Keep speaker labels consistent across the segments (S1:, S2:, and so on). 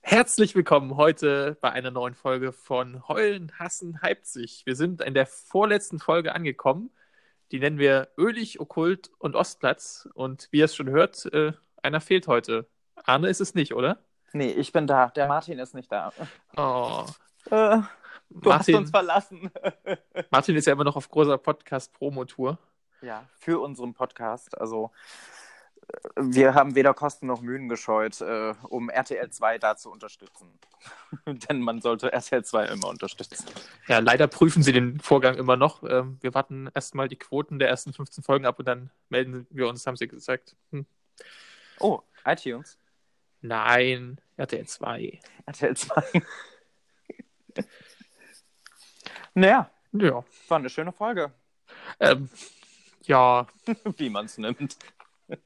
S1: Herzlich willkommen heute bei einer neuen Folge von Heulen, Hassen, Leipzig. Wir sind in der vorletzten Folge angekommen. Die nennen wir Ölig, Okkult und Ostplatz. Und wie ihr es schon hört, äh, einer fehlt heute. Arne ist es nicht, oder?
S2: Nee, ich bin da. Der Martin ist nicht da.
S1: Oh,
S2: Äh, du hast
S1: Martin.
S2: uns verlassen.
S1: Martin ist ja immer noch auf großer Podcast-Promo-Tour.
S2: ja, für unseren Podcast. Also, äh, wir haben weder Kosten noch Mühen gescheut, äh, um RTL 2 da zu unterstützen. Denn man sollte RTL 2 immer unterstützen.
S1: Ja, leider prüfen sie den Vorgang immer noch. Ähm, wir warten erstmal die Quoten der ersten 15 Folgen ab und dann melden wir uns, haben sie gesagt. Hm.
S2: Oh, iTunes.
S1: Nein, RTL 2.
S2: RTL 2. naja,
S1: Ja.
S2: war eine schöne Folge,
S1: Ähm, ja,
S2: wie man es nimmt.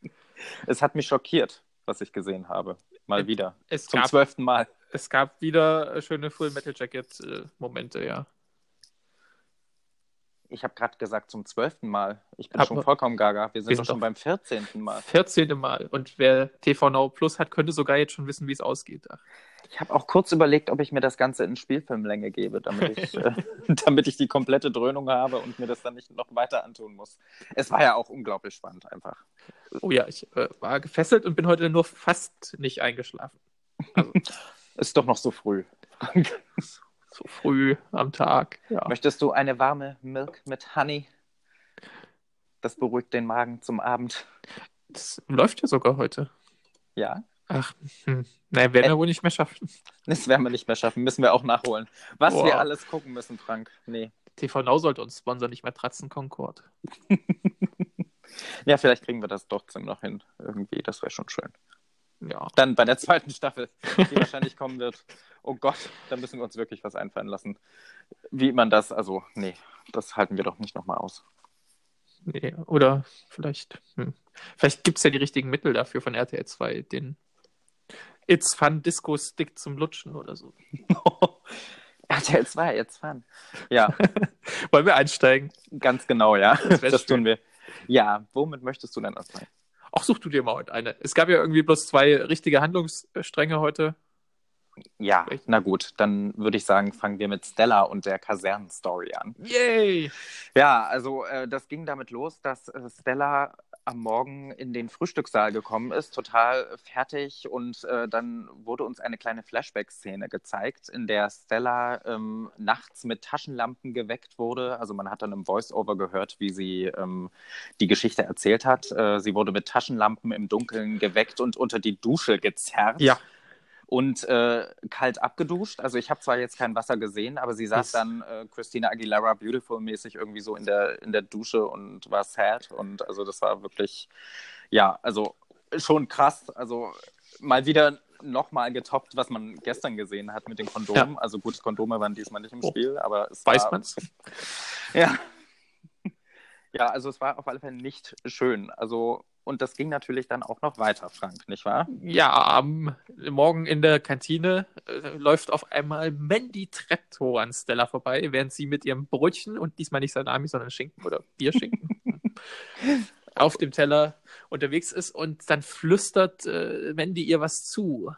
S2: es hat mich schockiert, was ich gesehen habe. Mal wieder.
S1: es
S2: Zum
S1: gab
S2: zwölften Mal.
S1: Es gab wieder äh, schöne Full Metal Jacket äh, Momente, ja.
S2: Ich habe gerade gesagt, zum zwölften Mal. Ich bin
S1: Hab-
S2: schon vollkommen gaga. Wir
S1: Wir
S2: sind doch
S1: sind
S2: schon beim vierzehnten Mal.
S1: 14. Mal. Und wer TV Now Plus hat, könnte sogar jetzt schon wissen, wie es ausgeht. Ach,
S2: Ich habe auch kurz überlegt, ob ich mir das Ganze in Spielfilmlänge gebe, damit ich, äh, damit ich die komplette Dröhnung habe und mir das dann nicht noch weiter antun muss. Es war ja auch unglaublich spannend einfach.
S1: Oh ja, ich äh, war gefesselt und bin heute nur fast nicht eingeschlafen.
S2: Ist doch noch so früh.
S1: So früh am Tag. Ja.
S2: Möchtest du eine warme Milk mit Honey? Das beruhigt den Magen zum Abend.
S1: Das läuft ja sogar heute.
S2: Ja,
S1: Ach, hm. naja, werden wir
S2: Ä-
S1: wohl nicht mehr schaffen.
S2: das werden wir nicht mehr schaffen. Müssen wir auch nachholen. Was
S1: Boah.
S2: wir alles gucken müssen, Frank. Nee.
S1: TV Now sollte uns sponsern, nicht mehr Tratzen Concord.
S2: Ja, vielleicht kriegen wir das trotzdem noch hin. Irgendwie, das wäre schon schön.
S1: Ja.
S2: Dann bei der zweiten Staffel, die wahrscheinlich kommen wird. Oh Gott, da müssen wir uns wirklich was einfallen lassen. Wie man das, also, nee, das halten wir doch nicht nochmal aus.
S1: Nee, oder vielleicht, hm. vielleicht gibt es ja die richtigen Mittel dafür von RTL 2, den It's Fun Disco Stick zum Lutschen oder so.
S2: RTL 2, jetzt fahren. Ja,
S1: Wollen wir einsteigen?
S2: ganz genau, ja. Das,
S1: wär schön.
S2: tun wir. Ja, womit möchtest du denn anfangen?
S1: Ach, such du dir mal heute eine. Es gab ja irgendwie bloß zwei richtige Handlungsstränge heute.
S2: Ja,
S1: Echt?
S2: na gut, dann würde ich sagen, fangen wir mit Stella und der Kasernen-Story an.
S1: Yay!
S2: Ja, also äh, das ging damit los, dass äh, Stella am Morgen in den Frühstückssaal gekommen ist, total äh, fertig. Und äh, dann wurde uns eine kleine Flashback-Szene gezeigt, in der Stella ähm, nachts mit Taschenlampen geweckt wurde. Also man hat dann im Voice-Over gehört, wie sie ähm, die Geschichte erzählt hat. Äh, sie wurde mit Taschenlampen im Dunkeln geweckt und unter die Dusche gezerrt
S1: Ja,
S2: und äh, kalt abgeduscht. Also ich habe zwar jetzt kein Wasser gesehen, aber sie
S1: Das-
S2: saß dann äh, Christina Aguilera Beautiful mäßig irgendwie so in der, in der Dusche und war sad. Und also das war wirklich, ja, also schon krass. Also mal wieder nochmal getoppt, was man gestern gesehen hat mit den Kondomen. Also gut, Kondome waren diesmal nicht im
S1: Oh.
S2: Spiel, aber es
S1: weiß
S2: war,
S1: man's.
S2: ja. Ja, also es war auf alle Fälle nicht schön. Also, und das ging natürlich dann auch noch weiter, Frank, nicht wahr?
S1: Ja, am Morgen in der Kantine äh, läuft auf einmal Mandy Treptow an Stella vorbei, während sie mit ihrem Brötchen und diesmal nicht Salami, sondern Schinken oder Bierschinken auf dem Teller unterwegs ist und dann flüstert äh, Mandy ihr was zu.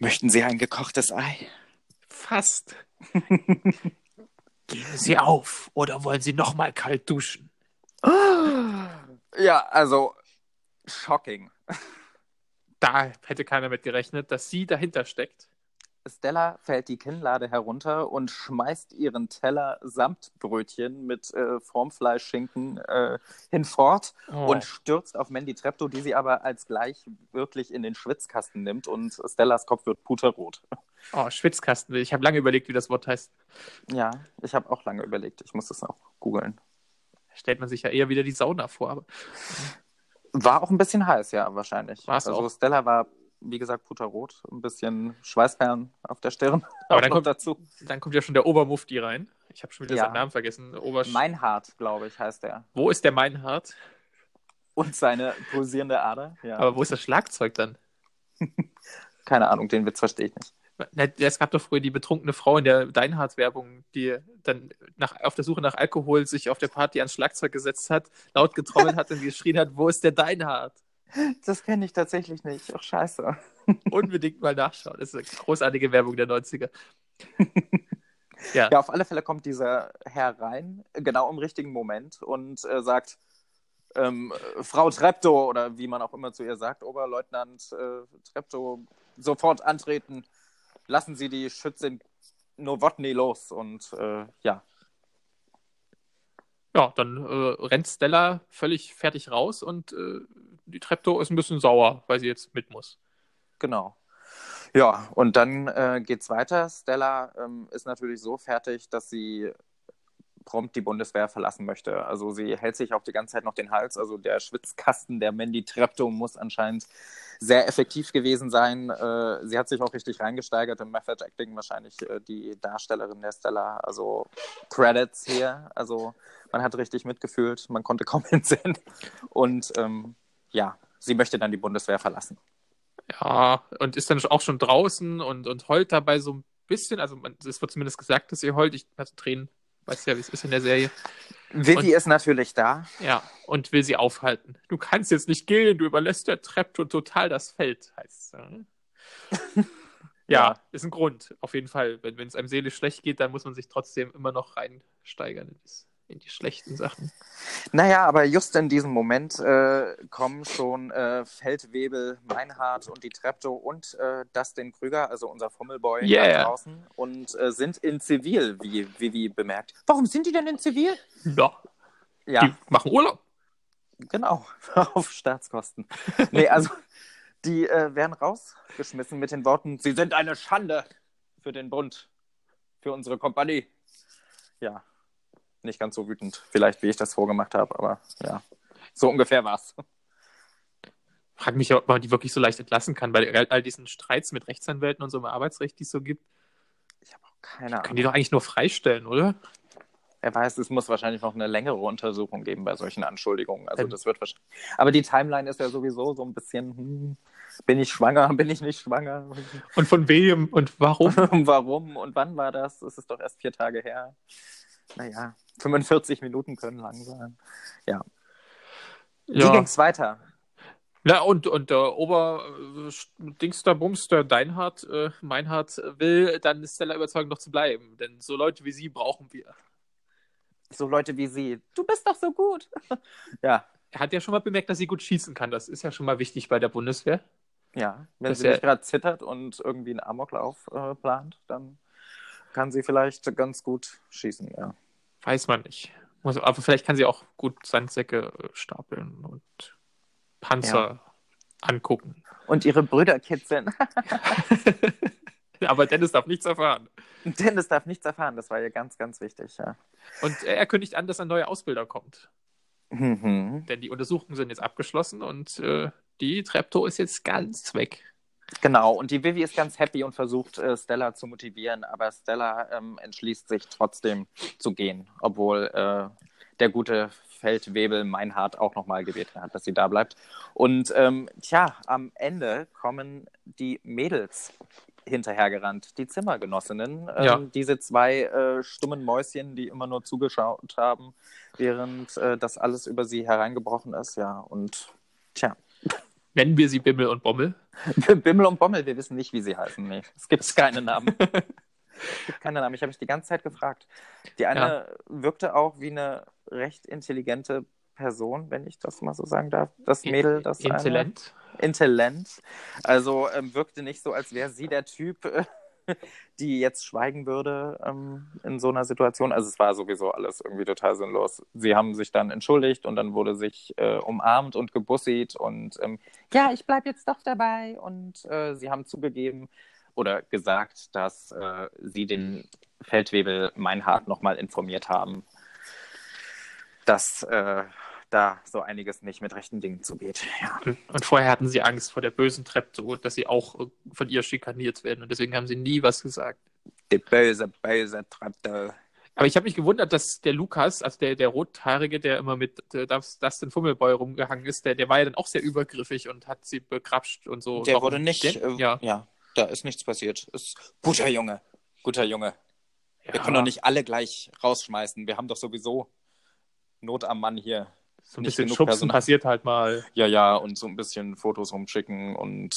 S2: Möchten Sie ein gekochtes Ei?
S1: Fast. Geben Sie auf oder wollen Sie nochmal kalt duschen?
S2: Ja, also shocking.
S1: Da hätte keiner mit gerechnet, dass sie dahinter steckt.
S2: Stella fällt die Kinnlade herunter und schmeißt ihren Teller samt Brötchen mit äh, Formfleischschinken äh, hinfort und stürzt auf Mandy Treptow, die sie aber als gleich wirklich in den Schwitzkasten nimmt und Stellas Kopf wird puterrot.
S1: oh, Schwitzkasten. Ich habe lange überlegt, wie das Wort heißt.
S2: Ja, ich habe auch lange überlegt. Ich muss das auch googeln.
S1: Stellt man sich ja eher wieder die Sauna vor. Aber
S2: War auch ein bisschen heiß, ja, wahrscheinlich.
S1: War's
S2: also
S1: auch.
S2: Stella war, wie gesagt, puterrot, ein bisschen Schweißperlen auf der Stirn.
S1: Aber
S2: auch
S1: dann
S2: noch
S1: kommt-
S2: dazu.
S1: dann kommt ja schon der Obermufti rein. Ich habe schon wieder
S2: Ja.
S1: seinen Namen vergessen. Obersch
S2: Meinhard, glaube ich, heißt er.
S1: wo ist der Meinhardt?
S2: Und seine pulsierende Ader? Ja.
S1: Aber wo ist das Schlagzeug dann?
S2: Keine Ahnung, den Witz verstehe ich nicht.
S1: Na, Es gab doch früher die betrunkene Frau in der Deinhardt-Werbung, die dann nach, auf der Suche nach Alkohol sich auf der Party ans Schlagzeug gesetzt hat, laut getrommelt hat und geschrien hat, wo ist der Deinhardt?
S2: Das kenne ich tatsächlich nicht. Ach, scheiße.
S1: Unbedingt mal nachschauen. Das ist eine großartige Werbung der 90er. Ja,
S2: Ja, auf alle Fälle kommt dieser Herr rein, genau im richtigen Moment und äh, sagt, ähm, äh, Frau Treptow oder wie man auch immer zu ihr sagt, Oberleutnant äh, Treptow, sofort antreten, lassen Sie die Schützin Nowotny los und äh, ja,
S1: ja dann äh, rennt Stella völlig fertig raus und äh, die Treptow ist ein bisschen sauer, weil sie jetzt mit muss.
S2: Genau. Ja, und dann äh, geht's weiter. Stella ähm, ist natürlich so fertig, dass sie prompt die Bundeswehr verlassen möchte. Also sie hält sich auch die ganze Zeit noch den Hals. Also der Schwitzkasten der Mandy Treptow muss anscheinend sehr effektiv gewesen sein. Äh, sie hat sich auch richtig reingesteigert im Method Acting, wahrscheinlich äh, die Darstellerin der Stella. Also Credits hier. Also man hat richtig mitgefühlt, man konnte kaum hinsehen. Und ähm, ja, sie möchte dann die Bundeswehr verlassen.
S1: Ja, und ist dann auch schon draußen und, und heult dabei so ein bisschen. Also, man- es wird zumindest gesagt, dass sie heult. Ich hatte Tränen. Weißt ja, wie es ist in der Serie.
S2: Vicky ist natürlich da.
S1: Ja, und will sie aufhalten. Du kannst jetzt nicht gehen, du überlässt der Treptow total das Feld, heißt es. ja, ne? ja,
S2: Ja.
S1: ist ein Grund, auf jeden Fall. Wenn wenn es einem seelisch schlecht geht, dann muss man sich trotzdem immer noch reinsteigern in das- in die schlechten Sachen.
S2: Naja, aber just in diesem Moment äh, kommen schon äh, Feldwebel, Meinhardt und die Treptow und äh, Dustin Krüger, also unser Fummelboy,
S1: Yeah.
S2: nach draußen und äh, sind in Zivil, wie Vivi bemerkt. Warum sind die denn in Zivil?
S1: Ja,
S2: Ja,
S1: die machen Urlaub.
S2: genau, auf Staatskosten. Nee, also die äh, werden rausgeschmissen mit den Worten, sie sind eine Schande für den Bund, für unsere Kompanie. Ja, nicht ganz so wütend, vielleicht, wie ich das vorgemacht habe, aber ja, so ungefähr war's.
S1: Frag mich ja, ob man die wirklich so leicht entlassen kann, bei all- all diesen Streits mit Rechtsanwälten und so im Arbeitsrecht, die es so gibt.
S2: Keine
S1: Können
S2: Ahnung.
S1: die doch eigentlich nur freistellen, oder?
S2: Er weiß, es muss wahrscheinlich noch eine längere Untersuchung geben bei solchen Anschuldigungen. Also
S1: Ähm.
S2: das wird wahrscheinlich. Aber die Timeline ist ja sowieso so ein bisschen, hm, bin ich schwanger, bin ich nicht schwanger?
S1: Und von wem und warum?
S2: Warum und wann war das? Es ist doch erst vier Tage her. Naja, 45 Minuten können lang sein. Wie
S1: ja.
S2: ging's weiter?
S1: Na, und, und der Ober äh, Sch- Dingster Bumster Deinhard, äh, Meinhard äh, will dann Stella überzeugen, noch zu bleiben. Denn so Leute wie sie brauchen wir.
S2: So Leute wie Sie. Du bist doch so gut. ja,
S1: Er hat ja schon mal bemerkt, dass sie gut schießen kann. Das ist ja schon mal wichtig bei der Bundeswehr.
S2: ja. Wenn
S1: Das
S2: sie
S1: ja-
S2: nicht gerade zittert und irgendwie einen Amoklauf äh, plant, dann kann sie vielleicht ganz gut schießen, ja.
S1: Weiß man nicht. Muss, aber vielleicht kann sie auch gut Sandsäcke äh, stapeln und Panzer angucken.
S2: Und ihre Brüder kitzeln.
S1: aber Dennis darf nichts erfahren.
S2: Dennis darf nichts erfahren, das war ihr ganz, ganz wichtig, ja.
S1: Und er, er kündigt an, dass ein neuer Ausbilder kommt.
S2: Mhm.
S1: Denn die Untersuchungen sind jetzt abgeschlossen und äh, die Treptow ist jetzt ganz weg.
S2: Genau, und die Vivi ist ganz happy und versucht, äh, Stella zu motivieren, aber Stella ähm, entschließt sich trotzdem zu gehen, obwohl äh, der gute Feldwebel Meinhard auch nochmal gebeten hat, dass sie da bleibt. Und ähm, tja, am Ende kommen die Mädels hinterhergerannt, die Zimmergenossinnen, ähm,
S1: Ja.
S2: diese zwei äh, stummen Mäuschen, die immer nur zugeschaut haben, während äh, das alles über sie hereingebrochen ist, ja, und tja,
S1: Nennen wir sie Bimmel und Bommel.
S2: Bimmel und Bommel, wir wissen nicht, wie sie heißen. Nee, es gibt keine Namen. es gibt keine Namen. Ich habe mich die ganze Zeit gefragt. Die eine wirkte auch wie eine recht intelligente Person, wenn ich das mal so sagen darf. Das Mädel, das eine.
S1: Intelligent.
S2: Intelligent. Also ähm, wirkte nicht so, als wäre sie der Typ, äh, die jetzt schweigen würde ähm, in so einer Situation. Also es war sowieso alles irgendwie total sinnlos. Sie haben sich dann entschuldigt und dann wurde sich äh, umarmt und gebussied und ähm, ja, ich bleibe jetzt doch dabei. Und äh, sie haben zugegeben oder gesagt, dass äh, sie den Feldwebel Meinhard nochmal informiert haben, dass äh, da so einiges nicht mit rechten Dingen zugeht. Ja.
S1: Und vorher hatten sie Angst vor der bösen Treptow, dass sie auch äh, von ihr schikaniert werden. Und deswegen haben sie nie was gesagt.
S2: Die böse, böse Treptow.
S1: Aber ich habe mich gewundert, dass der Lukas, also der, der Rothaarige, der immer mit äh, das- Dustin Fummelboy rumgehangen ist, der, der war ja dann auch sehr übergriffig und hat sie begrapscht und so.
S2: Der
S1: Warum
S2: wurde nicht.
S1: denn?
S2: äh,
S1: ja.
S2: da ist nichts passiert. Ist, guter Junge, guter Junge. Wir
S1: ja,
S2: können doch nicht alle gleich rausschmeißen. Wir haben doch sowieso Not am Mann hier.
S1: So ein
S2: nicht
S1: bisschen
S2: genug
S1: Schubsen
S2: Personal.
S1: passiert halt mal.
S2: Ja, ja, und so ein bisschen Fotos rumschicken und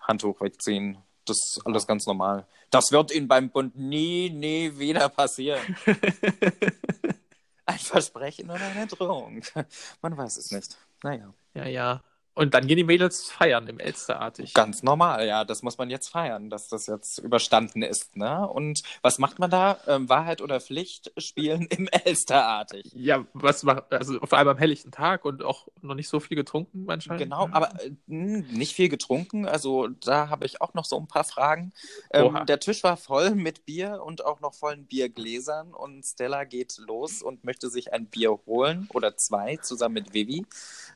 S2: Handtuch wegziehen. Das ist alles ganz normal. Das wird Ihnen beim Bund nie, nie wieder passieren. Ein Versprechen oder eine Drohung. Man weiß es nicht. Naja.
S1: Ja, ja. Und dann gehen die Mädels feiern im Elsterartig.
S2: Ganz normal, ja. Das muss man jetzt feiern, dass das jetzt überstanden ist. Ne? Und was macht man da? Ähm, Wahrheit oder Pflicht spielen im Elsterartig.
S1: Ja, was macht, also vor allem am helllichten Tag und auch noch nicht so viel getrunken anscheinend.
S2: Genau, aber äh, mh, nicht viel getrunken. Also da habe ich auch noch so ein paar Fragen. Ähm,
S1: Oha.
S2: der Tisch war voll mit Bier und auch noch vollen Biergläsern. Und Stella geht los und möchte sich ein Bier holen oder zwei zusammen mit Vivi.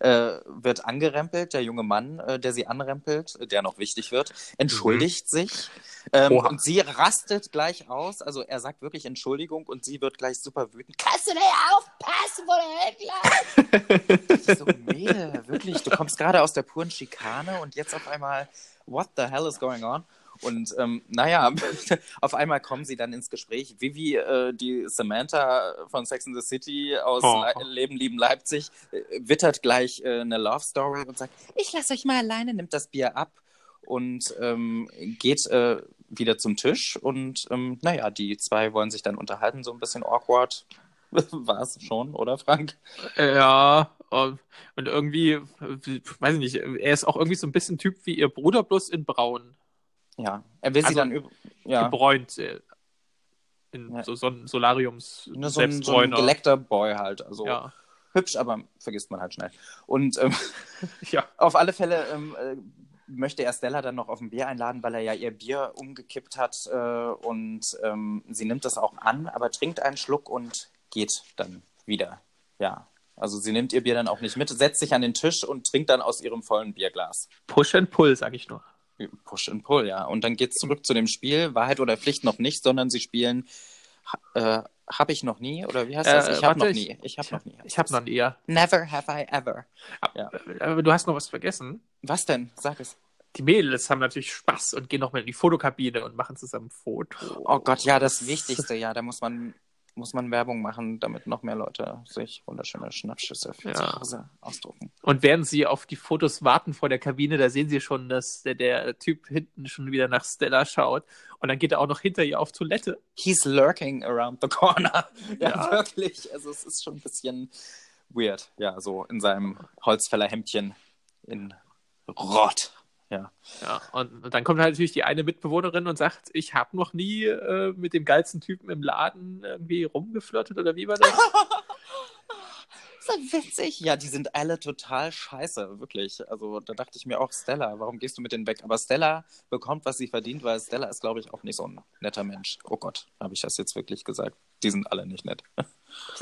S2: Äh, wird angerempelt. Der junge Mann, äh, der sie anrempelt, äh, der noch wichtig wird, entschuldigt sich. Ähm,
S1: Oha.
S2: und sie rastet gleich aus. Also er sagt wirklich Entschuldigung und sie wird gleich super wütend.
S3: Kannst du nicht aufpassen, wo du hingleitest?
S2: Ich so, Mädel, wirklich, du kommst gerade aus der puren Schikane und jetzt auf einmal, what the hell is going on? Und ähm, naja, auf einmal kommen sie dann ins Gespräch. Vivi, äh, die Samantha von Sex and the City aus
S1: Oh.
S2: Le Leben lieben Leipzig, äh, wittert gleich äh, eine Love Story und sagt, ich lasse euch mal alleine, nimmt das Bier ab und ähm, geht äh, wieder zum Tisch. Und ähm, naja, die zwei wollen sich dann unterhalten, so ein bisschen awkward. War es schon, oder Frank?
S1: Äh, Ja, ähm, und irgendwie, äh, weiß ich nicht, er ist auch irgendwie so ein bisschen Typ wie ihr Bruder, bloß in Braun.
S2: Ja, er will sie
S1: Also,
S2: dann üb- ja,
S1: Gebräunt. äh, In
S2: Ja.
S1: so, so ein Solariums
S2: nur so ein, so ein
S1: Selbstbräuner.
S2: geleckter Boy halt, also
S1: ja.
S2: hübsch, aber vergisst man halt schnell. Und ähm,
S1: ja.
S2: auf alle Fälle ähm, äh, möchte er Stella dann noch auf ein Bier einladen, weil er ja ihr Bier umgekippt hat äh, und ähm, sie nimmt das auch an, aber trinkt einen Schluck und geht dann wieder. Ja, also sie nimmt ihr Bier dann auch nicht mit, setzt sich an den Tisch und trinkt dann aus ihrem vollen Bierglas.
S1: Push and Pull, sag ich nur.
S2: Push and Pull, ja. Und dann geht's zurück zu dem Spiel, Wahrheit oder Pflicht noch nicht, sondern sie spielen ha- äh, Hab ich noch nie oder wie heißt das?
S1: Äh,
S2: ich hab
S1: warte,
S2: noch
S1: ich-
S2: nie. Ich hab noch nie. heißt
S1: Ich hab
S2: das.
S1: noch nie, ja.
S2: Never have I ever. Ja.
S1: Aber du hast noch was vergessen.
S2: Was denn? Sag es.
S1: Die Mädels haben natürlich Spaß und gehen nochmal in die Fotokabine und machen zusammen ein Foto.
S2: Oh Gott, ja, das Wichtigste, ja. Da muss man, muss man Werbung machen, damit noch mehr Leute sich wunderschöne Schnappschüsse für
S1: Ja.
S2: zu Hause ausdrucken.
S1: Und während sie auf die Fotos warten vor der Kabine, da sehen sie schon, dass der, der Typ hinten schon wieder nach Stella schaut. Und dann geht er auch noch hinter ihr auf Toilette.
S2: He's lurking around the corner. Ja,
S1: Ja.
S2: wirklich. Also es ist schon ein bisschen weird. Ja, so in seinem Holzfällerhemdchen in Rott. Ja.
S1: Ja, und, und dann kommt halt natürlich die eine Mitbewohnerin und sagt, ich habe noch nie äh, mit dem geilsten Typen im Laden irgendwie rumgeflirtet oder wie war das?
S2: So witzig. Ja, die sind alle total scheiße, wirklich. Also da dachte ich mir auch, Stella, warum gehst du mit denen weg? Aber Stella bekommt, was sie verdient, weil Stella ist, glaube ich, auch nicht so ein netter Mensch. Oh Gott, habe ich das jetzt wirklich gesagt? Die sind alle nicht nett.
S1: Das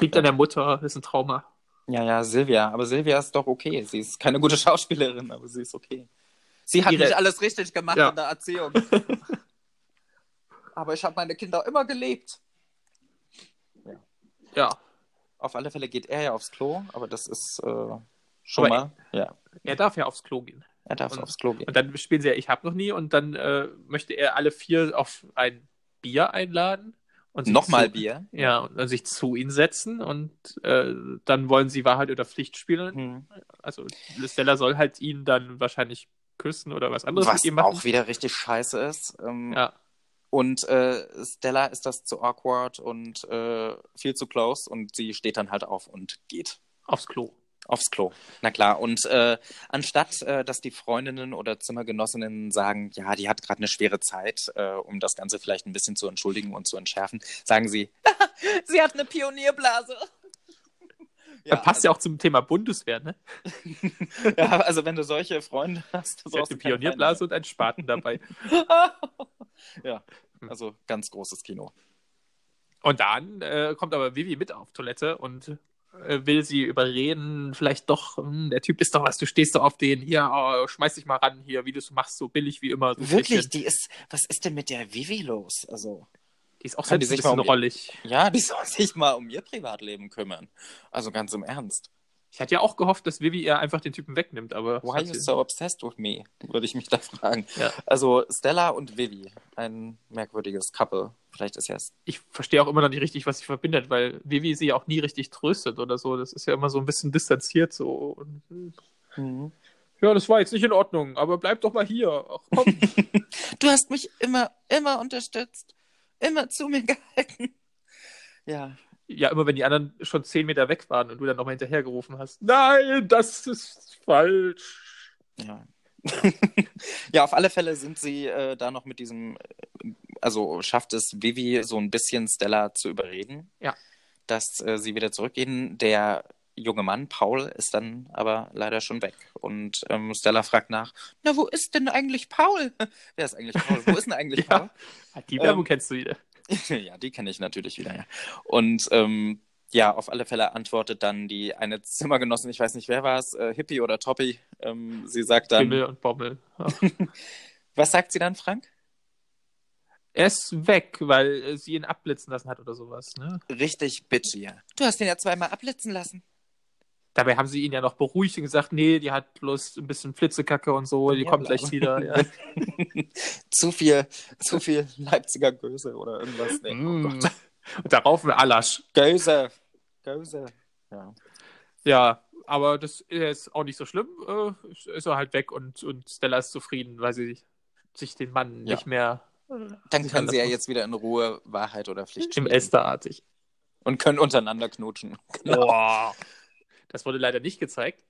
S1: liegt an der Mutter, ist ein Trauma.
S2: Ja, ja, Silvia. Aber Silvia ist doch okay. Sie ist keine gute Schauspielerin, aber sie ist okay. Sie hat
S1: Ihre-
S2: nicht alles richtig gemacht
S1: Ja.
S2: in der Erziehung. aber ich habe meine Kinder immer gelebt.
S1: Ja,
S2: Auf alle Fälle geht er ja aufs Klo, aber das ist äh, schon
S1: Aber
S2: mal. Ja,
S1: er darf ja aufs Klo gehen.
S2: er darf
S1: Und-
S2: aufs Klo gehen.
S1: Und dann spielen sie ja Ich hab noch nie und dann äh, möchte er alle vier auf ein Bier einladen. Und sich
S2: Nochmal
S1: zu,
S2: Bier.
S1: Ja, und dann sich zu ihnen setzen und äh, dann wollen sie Wahrheit oder Pflicht spielen.
S2: Hm.
S1: Also Stella soll halt ihn dann wahrscheinlich küssen oder was anderes
S2: Was
S1: mit ihm machen.
S2: auch wieder richtig scheiße ist. Ähm,
S1: ja,
S2: Und äh, Stella ist das zu awkward und äh, viel zu close und sie steht dann halt auf und geht
S1: aufs Klo.
S2: aufs Klo. Na klar. Und äh, anstatt, äh, dass die Freundinnen oder Zimmergenossinnen sagen, ja, die hat gerade eine schwere Zeit, äh, um das Ganze vielleicht ein bisschen zu entschuldigen und zu entschärfen, sagen sie, sie hat eine Pionierblase.
S1: das passt
S2: also
S1: ja auch zum Thema Bundeswehr, ne?
S2: auch. Ja, also wenn du solche Freunde hast,
S1: Sie hat
S2: brauchst
S1: eine
S2: du keine
S1: Pionierblase und einen Spaten dabei.
S2: ja, also ganz großes Kino.
S1: Und dann äh, kommt aber Vivi mit auf Toilette und äh, will sie überreden, vielleicht doch, hm, der Typ ist doch was, du stehst doch auf den, hier, oh, schmeiß dich mal ran, hier, wie du es machst, so billig wie immer. So ein
S2: Wirklich,
S1: bisschen.
S2: die ist, was ist denn mit der Vivi los? Also,
S1: Die ist auch
S2: Kann die
S1: selbst ein
S2: sich mal
S1: bisschen
S2: um-
S1: rollig.
S2: ja, die soll sich mal um ihr Privatleben kümmern. Also ganz im Ernst.
S1: Ich hatte ja auch gehofft, dass Vivi ihr einfach den Typen wegnimmt, aber.
S2: Why are you so obsessed with me? Würde ich mich da fragen.
S1: Ja.
S2: Also Stella und Vivi, ein merkwürdiges Couple. Vielleicht ist ja es.
S1: ich verstehe auch immer noch nicht richtig, was sie verbindet, weil Vivi sie ja auch nie richtig tröstet oder so. Das ist ja immer so ein bisschen distanziert so. Und, hm,
S2: Mhm.
S1: Ja, das war jetzt nicht in Ordnung, aber bleib doch mal hier. Ach, komm.
S2: Du hast mich immer, immer unterstützt. Immer zu mir gehalten. Ja.
S1: ja, immer wenn die anderen schon zehn Meter weg waren und du dann nochmal hinterhergerufen hast. Nein, das ist falsch.
S2: Ja. ja, auf alle Fälle sind sie äh, da noch mit diesem, äh, also schafft es Vivi so ein bisschen Stella zu überreden,
S1: Ja.
S2: dass äh, sie wieder zurückgehen. Der junge Mann, Paul, ist dann aber leider schon weg. Und ähm, Stella fragt nach, na, wo ist denn eigentlich Paul? Wer ist eigentlich Paul? Wo ist denn eigentlich
S1: Ja.
S2: Paul?
S1: Ah, Die
S2: Ähm,
S1: Werbung kennst du wieder.
S2: ja, die kenne ich natürlich wieder, ja. Und ähm, ja, auf alle Fälle antwortet dann die eine Zimmergenossin, ich weiß nicht, wer war es, äh, Hippie oder Toppy. Ähm, sie sagt dann,
S1: Pimmel und Bommel. Ja.
S2: was sagt sie dann, Frank?
S1: er ist weg, weil äh, sie ihn abblitzen lassen hat oder sowas. Ne?
S2: Richtig bitchy, ja. Du hast ihn ja zweimal abblitzen lassen.
S1: Dabei haben sie ihn ja noch beruhigt und gesagt, nee, die hat bloß ein bisschen Flitzekacke und so, die
S2: Ja,
S1: kommt
S2: bla.
S1: gleich wieder. Ja.
S2: zu viel, zu viel Leipziger Göse oder irgendwas. Nee, oh
S1: Mm.
S2: Gott.
S1: Und darauf ein Alasch.
S2: Göse. Göse. Ja.
S1: Ja, aber das ist auch nicht so schlimm. Äh, ist- ist er halt weg und, und Stella ist zufrieden, weil sie sich den Mann
S2: Ja.
S1: nicht mehr
S2: Dann
S1: Ich
S2: können
S1: kann
S2: sie ja
S1: das
S2: jetzt wieder in Ruhe Wahrheit oder Pflicht
S1: im
S2: spielen
S1: Elsterartig.
S2: und können untereinander knutschen. Oh.
S1: Boah. Das wurde leider nicht gezeigt.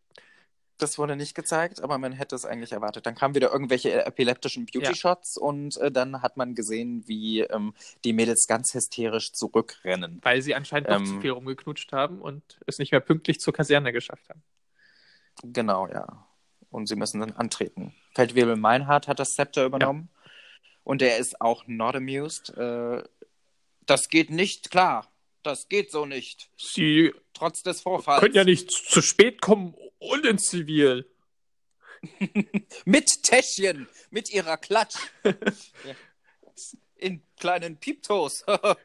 S2: Das wurde nicht gezeigt, aber man hätte es eigentlich erwartet. Dann kamen wieder irgendwelche äh, epileptischen Beauty-Shots und äh, dann hat man gesehen, wie ähm, die Mädels ganz hysterisch zurückrennen.
S1: weil sie anscheinend doch
S2: Ähm.
S1: zu viel rumgeknutscht haben und es nicht mehr pünktlich zur Kaserne geschafft haben.
S2: Genau, ja. Und sie müssen dann antreten. Feldwebel Meinhardt hat das Zepter übernommen. Und er ist auch not amused. Äh, das geht nicht klar. Das geht so nicht.
S1: Sie
S2: Trotz des Vorfalls.
S1: können ja nicht zu spät kommen und in Zivil.
S2: Mit Täschchen. Mit ihrer Klatsch. Ja. In kleinen Pieptos. ja.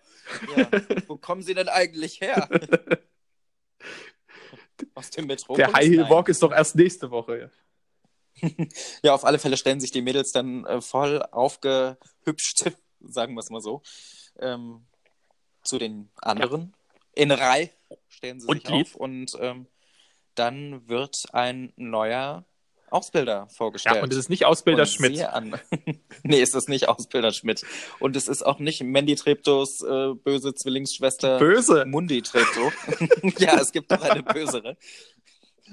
S2: Wo kommen sie denn eigentlich her? Aus dem Metro.
S1: Der High Heel Walk ist doch erst nächste Woche.
S2: Ja, auf alle Fälle stellen sich die Mädels dann äh, voll aufgehübscht, sagen wir es mal so, ähm, zu den anderen. In Reihe stellen sie
S1: Und
S2: sich
S1: lieb.
S2: auf und ähm, dann wird ein neuer Ausbilder vorgestellt.
S1: Ja, und es ist nicht Ausbilder
S2: Und
S1: Schmidt.
S2: siehe An. nee, es ist nicht Ausbilder Schmidt. Und es ist auch nicht Mandy Treptos äh, böse Zwillingsschwester
S1: Böse.
S2: Mundi Treptow. ja, es gibt noch eine bösere.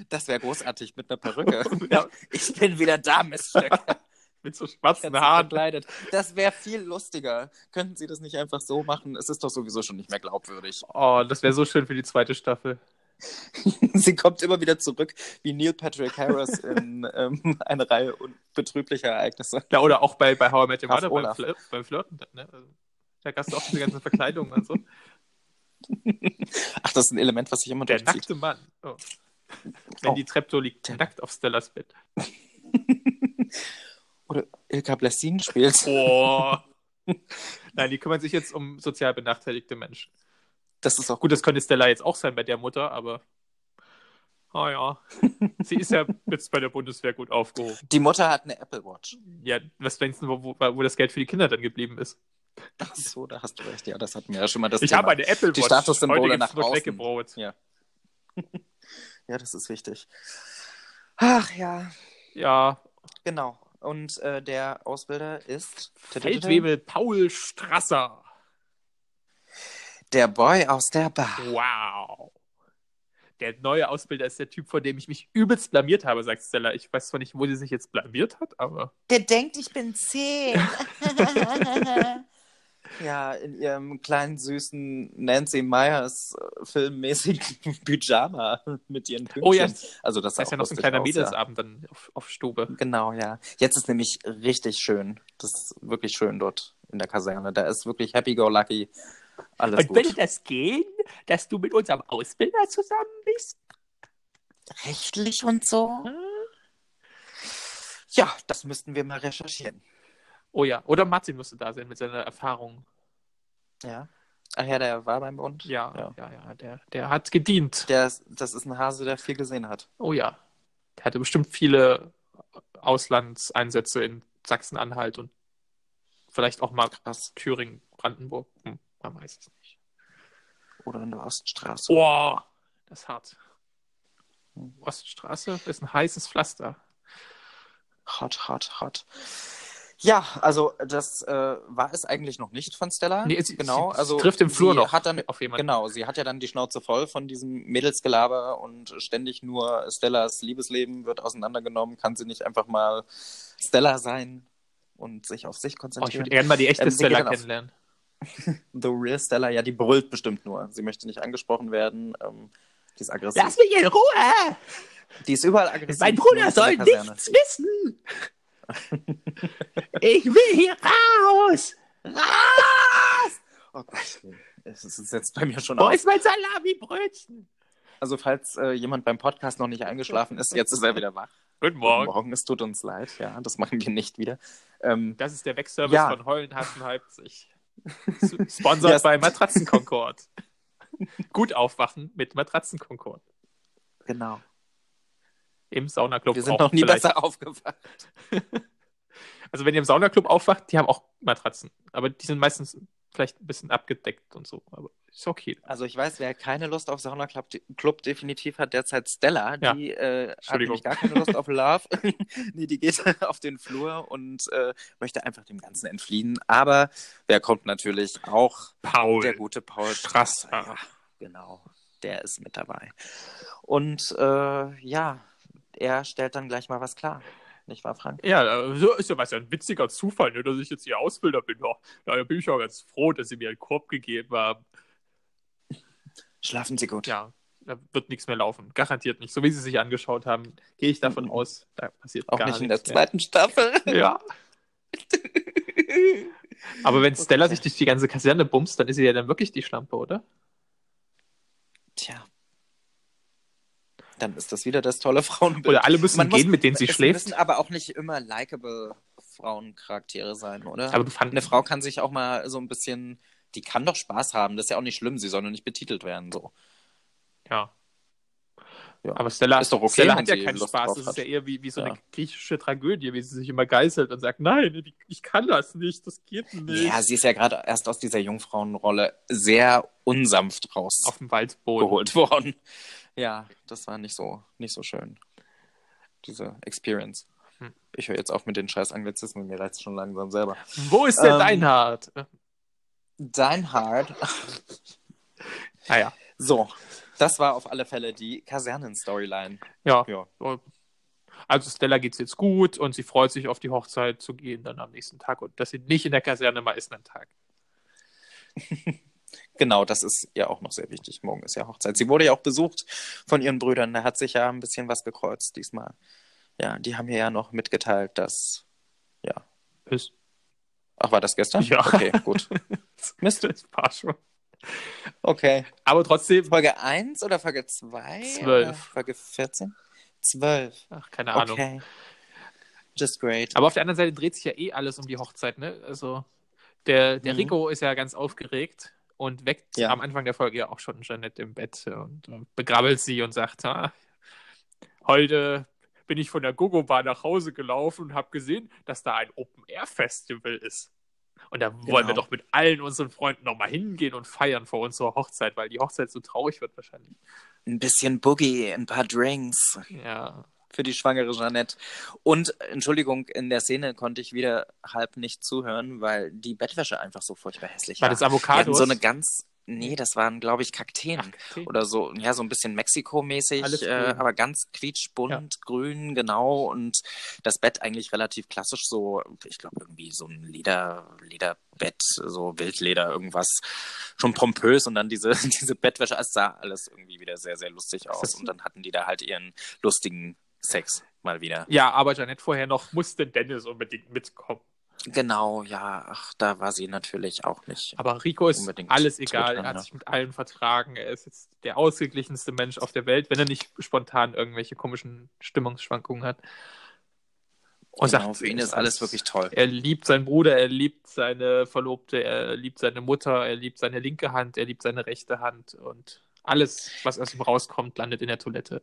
S2: Das wäre großartig mit einer Perücke.
S1: Ja,
S2: Ich bin wieder da, Miststöcker.
S1: mit so schwarzen Haaren.
S2: verkleidet. Das wäre viel lustiger. Könnten Sie das nicht einfach so machen? Es ist doch sowieso schon nicht mehr glaubwürdig.
S1: Oh, das wäre so schön für die zweite Staffel.
S2: Sie kommt immer wieder zurück, wie Neil Patrick Harris in ähm, eine Reihe un- betrüblicher Ereignisse.
S1: Ja, oder auch bei, bei How I Met Your
S2: Graf
S1: Mother beim,
S2: Olaf.
S1: Flir beim Flirten. dann, Ne? Also, da hast du auch diese ganzen Verkleidungen und so.
S2: Ach, das ist ein Element, was sich immer
S1: Der
S2: durchzieht.
S1: nackte Mann. Oh. Wenn
S2: Oh.
S1: die Treptow liegt nackt auf Stellas Bett.
S2: Oder Ilka Blessin spielt.
S1: Boah. Oh. Nein, die kümmern sich jetzt um sozial benachteiligte Menschen.
S2: Das ist auch gut.
S1: Gut, das könnte Stella jetzt auch sein bei der Mutter, aber. Ah ja. Sie ist ja jetzt bei der Bundeswehr gut aufgehoben.
S2: Die Mutter hat eine Apple Watch.
S1: Ja, was denkst du, wo, wo, wo das Geld für die Kinder dann geblieben ist?
S2: Ach so, da hast du recht. Ja, das hatten wir ja schon mal das
S1: ich
S2: Thema.
S1: habe eine Apple Watch.
S2: Die Statussymbole
S1: Heute gibt's
S2: nach
S1: nur
S2: außen.
S1: Knäckebrot.
S2: Ja, das ist richtig. Ach ja,
S1: Ja,
S2: genau. Und äh, der Ausbilder ist
S1: Feldwebel Paul Strasser.
S2: der Boy aus der Bar.
S1: Wow. Der neue Ausbilder ist der Typ, vor dem ich mich übelst blamiert habe, sagt Stella. Ich weiß zwar nicht, wo sie sich jetzt blamiert hat, aber.
S3: Der denkt, ich bin zehn.
S2: Ja, in ihrem kleinen, süßen Nancy Myers äh, filmmäßigen Pyjama mit ihren Pünktchen.
S1: Oh ja,
S2: also das
S1: Das
S2: sah
S1: ist ja
S2: auch
S1: noch so ein
S2: lustig
S1: kleiner
S2: aus, ja.
S1: Mädelsabend dann auf, auf Stube.
S2: Genau, ja. Jetzt ist nämlich richtig schön. Das ist wirklich schön dort in der Kaserne. Da ist wirklich happy-go-lucky. Alles
S1: Und würde
S2: gut.
S1: das gehen, dass du mit unserem Ausbilder zusammen bist?
S3: Rechtlich und so.
S2: Hm? Ja, das müssten wir mal recherchieren.
S1: Oh ja, oder Martin musste da sein mit seiner Erfahrung.
S2: Ja. Ach ja, der war beim Bund.
S1: Ja, ja,
S2: Ja.
S1: ja, der, der hat gedient.
S2: Der ist, das ist ein Hase, der viel gesehen hat.
S1: Oh ja, der hatte bestimmt viele Auslandseinsätze in Sachsen-Anhalt und vielleicht auch mal
S2: Krass.
S1: Thüringen, Brandenburg. Hm, man weiß es nicht.
S2: Oder in der Oststraße.
S1: Boah, das ist hart. Oststraße ist ein heißes Pflaster.
S2: Hot, hot, hot. Ja, also das äh, war es eigentlich noch nicht von Stella.
S1: Nee, sie-
S2: genau,
S1: sie
S2: also
S1: trifft im Flur
S2: sie
S1: noch
S2: Hat dann,
S1: auf jemanden.
S2: genau, sie hat ja dann die Schnauze voll von diesem Mädelsgelaber und ständig nur Stellas Liebesleben wird auseinandergenommen. Kann sie nicht einfach mal Stella sein und sich auf sich
S1: Oh, ich
S2: konzentrieren?
S1: würde gerne mal die echte
S2: Ähm, sie geht
S1: Stella
S2: dann auf-
S1: kennenlernen.
S2: The Real Stella, ja, die brüllt bestimmt nur. Sie möchte nicht angesprochen werden. Ähm, die ist aggressiv.
S1: Lass mich in Ruhe!
S2: Die ist überall aggressiv.
S1: Mein
S2: nur
S1: Bruder
S2: in der
S1: soll
S2: Kaserne.
S1: nichts wissen! ich will hier raus!
S2: Oh Gott, es ist jetzt bei mir schon
S1: Wo
S2: aus.
S1: ist mein Salami-Brötchen?
S2: Also falls äh, jemand beim Podcast noch nicht eingeschlafen ist, jetzt ist er wieder wach.
S1: Guten
S2: Morgen.
S1: Morgen.
S2: es tut uns leid, ja, das machen wir nicht wieder. Ähm,
S1: Das ist der Wegservice
S2: Ja.
S1: von Heulenhassen Leipzig. S- Sponsert
S2: Ja.
S1: bei Matratzenkonkord. Gut aufwachen mit Matratzenkonkord.
S2: genau.
S1: Im Saunaclub
S2: Wir sind
S1: auch
S2: noch nie
S1: vielleicht.
S2: besser aufgewacht.
S1: Also wenn ihr im Saunaclub aufwacht, die haben auch Matratzen. Aber die sind meistens vielleicht ein bisschen abgedeckt und so. Aber ist okay.
S2: Also ich weiß, wer keine Lust auf Sauna Club, Club definitiv hat, derzeit Stella.
S1: Ja.
S2: Die äh, hat
S1: Entschuldigung.
S2: nämlich gar keine Lust auf Love. nee, die geht auf den Flur und äh, möchte einfach dem Ganzen entfliehen. Aber wer kommt natürlich auch?
S1: Paul.
S2: Der gute Paul
S1: Strasser.
S2: Ja, genau, der ist mit dabei. Und äh, ja, er stellt dann gleich mal was klar. Nicht wahr, Frank?
S1: Ja, so ist ja was ja ein witziger Zufall, ne, dass ich jetzt ihr Ausbilder bin. Ja, da bin ich auch ganz froh, dass sie mir einen Korb gegeben haben.
S2: Schlafen Sie gut.
S1: Ja, da wird nichts mehr laufen. Garantiert nicht. So wie sie sich angeschaut haben, gehe ich davon
S2: Mhm.
S1: aus, da passiert
S2: Auch
S1: gar
S2: nicht in der
S1: nichts
S2: zweiten Staffel.
S1: mehr. Ja. Aber wenn Stella sich durch die ganze Kaserne bumst, dann ist sie ja dann wirklich die Schlampe, oder?
S2: Tja. Dann ist das wieder das tolle Frauenbild.
S1: Oder alle müssen
S2: Man muss-
S1: gehen, mit denen sie
S2: es
S1: schläft.
S2: müssen aber auch nicht immer likable Frauencharaktere sein, oder?
S1: Aber du fand,
S2: äh, Eine Frau kann sich auch mal so ein bisschen, die kann doch Spaß haben, das ist ja auch nicht schlimm, sie soll nur nicht betitelt werden. So.
S1: Ja.
S2: Ja.
S1: Aber Stella,
S2: Ist doch okay,
S1: Stella
S2: wenn
S1: hat ja
S2: sie
S1: keinen
S2: Lust
S1: Spaß.
S2: drauf
S1: Das ist
S2: hat.
S1: ja eher wie, wie so
S2: Ja.
S1: eine griechische Tragödie, wie sie sich immer geißelt und sagt, nein, ich- ich kann das nicht, das geht nicht.
S2: Ja, sie ist ja gerade erst aus dieser Jungfrauenrolle sehr unsanft
S1: Auf dem Waldboden.
S2: rausgeholt worden. Ja, das war nicht so, nicht so schön. Diese Experience.
S1: Hm.
S2: Ich höre jetzt auf mit den scheiß Anglizismen, mir reizt schon langsam selber.
S1: Wo ist denn Äh,
S2: Ähm,
S1: Deinhard?
S2: Deinhard.
S1: Naja,
S2: So, das war auf alle Fälle die Kasernen-Storyline.
S1: ja.
S2: Ja.
S1: Also Stella geht's jetzt gut und sie freut sich auf die Hochzeit zu gehen dann am nächsten Tag und dass sie nicht in der Kaserne mal ist einen Tag.
S2: Genau, das ist ja auch noch sehr wichtig. Morgen ist ja Hochzeit. Sie wurde ja auch besucht von ihren Brüdern. Da hat sich ja ein bisschen was gekreuzt diesmal. Ja, die haben ihr ja noch mitgeteilt, dass.
S1: Ist
S2: Ach, war das gestern?
S1: Ja.
S2: Okay, gut. Mist.
S1: das war schon.
S2: Okay.
S1: Aber trotzdem,
S2: Folge 1 oder Folge 2?
S1: Zwölf.
S2: Folge 14? 12.
S1: ach, keine Ahnung.
S2: Okay. Just great.
S1: Aber auf der anderen Seite dreht sich ja eh alles um die Hochzeit, ne? Also der, der
S2: Mhm.
S1: Rico ist ja ganz aufgeregt und weckt
S2: Ja.
S1: am Anfang der Folge ja auch schon Jeanette im Bett und äh, begrabbelt sie und sagt, "Ha, heute bin ich von der Gogo-Bar nach Hause gelaufen und habe gesehen, dass da ein Open-Air-Festival ist. Und da wollen wir
S2: Genau.
S1: doch mit allen unseren Freunden nochmal hingehen und feiern vor unserer Hochzeit, weil die Hochzeit so traurig wird wahrscheinlich.
S2: Ein bisschen Boogie, ein paar Drinks.
S1: Ja.
S2: für die schwangere Jeanette. Und Entschuldigung, in der Szene konnte ich wieder halb nicht zuhören, weil die Bettwäsche einfach so furchtbar hässlich
S1: War
S2: war.
S1: das
S2: die hatten
S1: Avocados?
S2: so eine ganz, nee, das waren, glaube ich, Kakteen
S1: Ach, okay.
S2: oder so, ja, so ein bisschen
S1: Alles
S2: Mexiko-mäßig, äh,
S1: grün.
S2: aber ganz quietschbunt, grün, genau. Und das Bett eigentlich relativ klassisch, so, ich glaube, irgendwie so ein Leder, Lederbett, so Wildleder, irgendwas schon pompös und dann diese, diese Bettwäsche, es sah alles irgendwie wieder sehr, sehr lustig aus.
S1: das-
S2: Und dann hatten die da halt ihren lustigen Sex mal wieder.
S1: ja, aber Jeanette vorher noch, muss denn Dennis unbedingt mitkommen?
S2: Genau, ja, ach, da war sie natürlich auch nicht.
S1: Aber Rico ist
S2: Unbedingt
S1: alles egal.
S2: zutan,
S1: Er hat
S2: ja.
S1: sich mit allen vertragen. Er ist jetzt der ausgeglichenste Mensch auf der Welt, wenn er nicht spontan irgendwelche komischen Stimmungsschwankungen hat. Und
S2: genau,
S1: sagt,
S2: für ihn ist alles wirklich toll.
S1: Er liebt seinen Bruder, er liebt seine Verlobte, er liebt seine Mutter, er liebt seine linke Hand, er liebt seine rechte Hand und alles, was aus ihm rauskommt, landet in der Toilette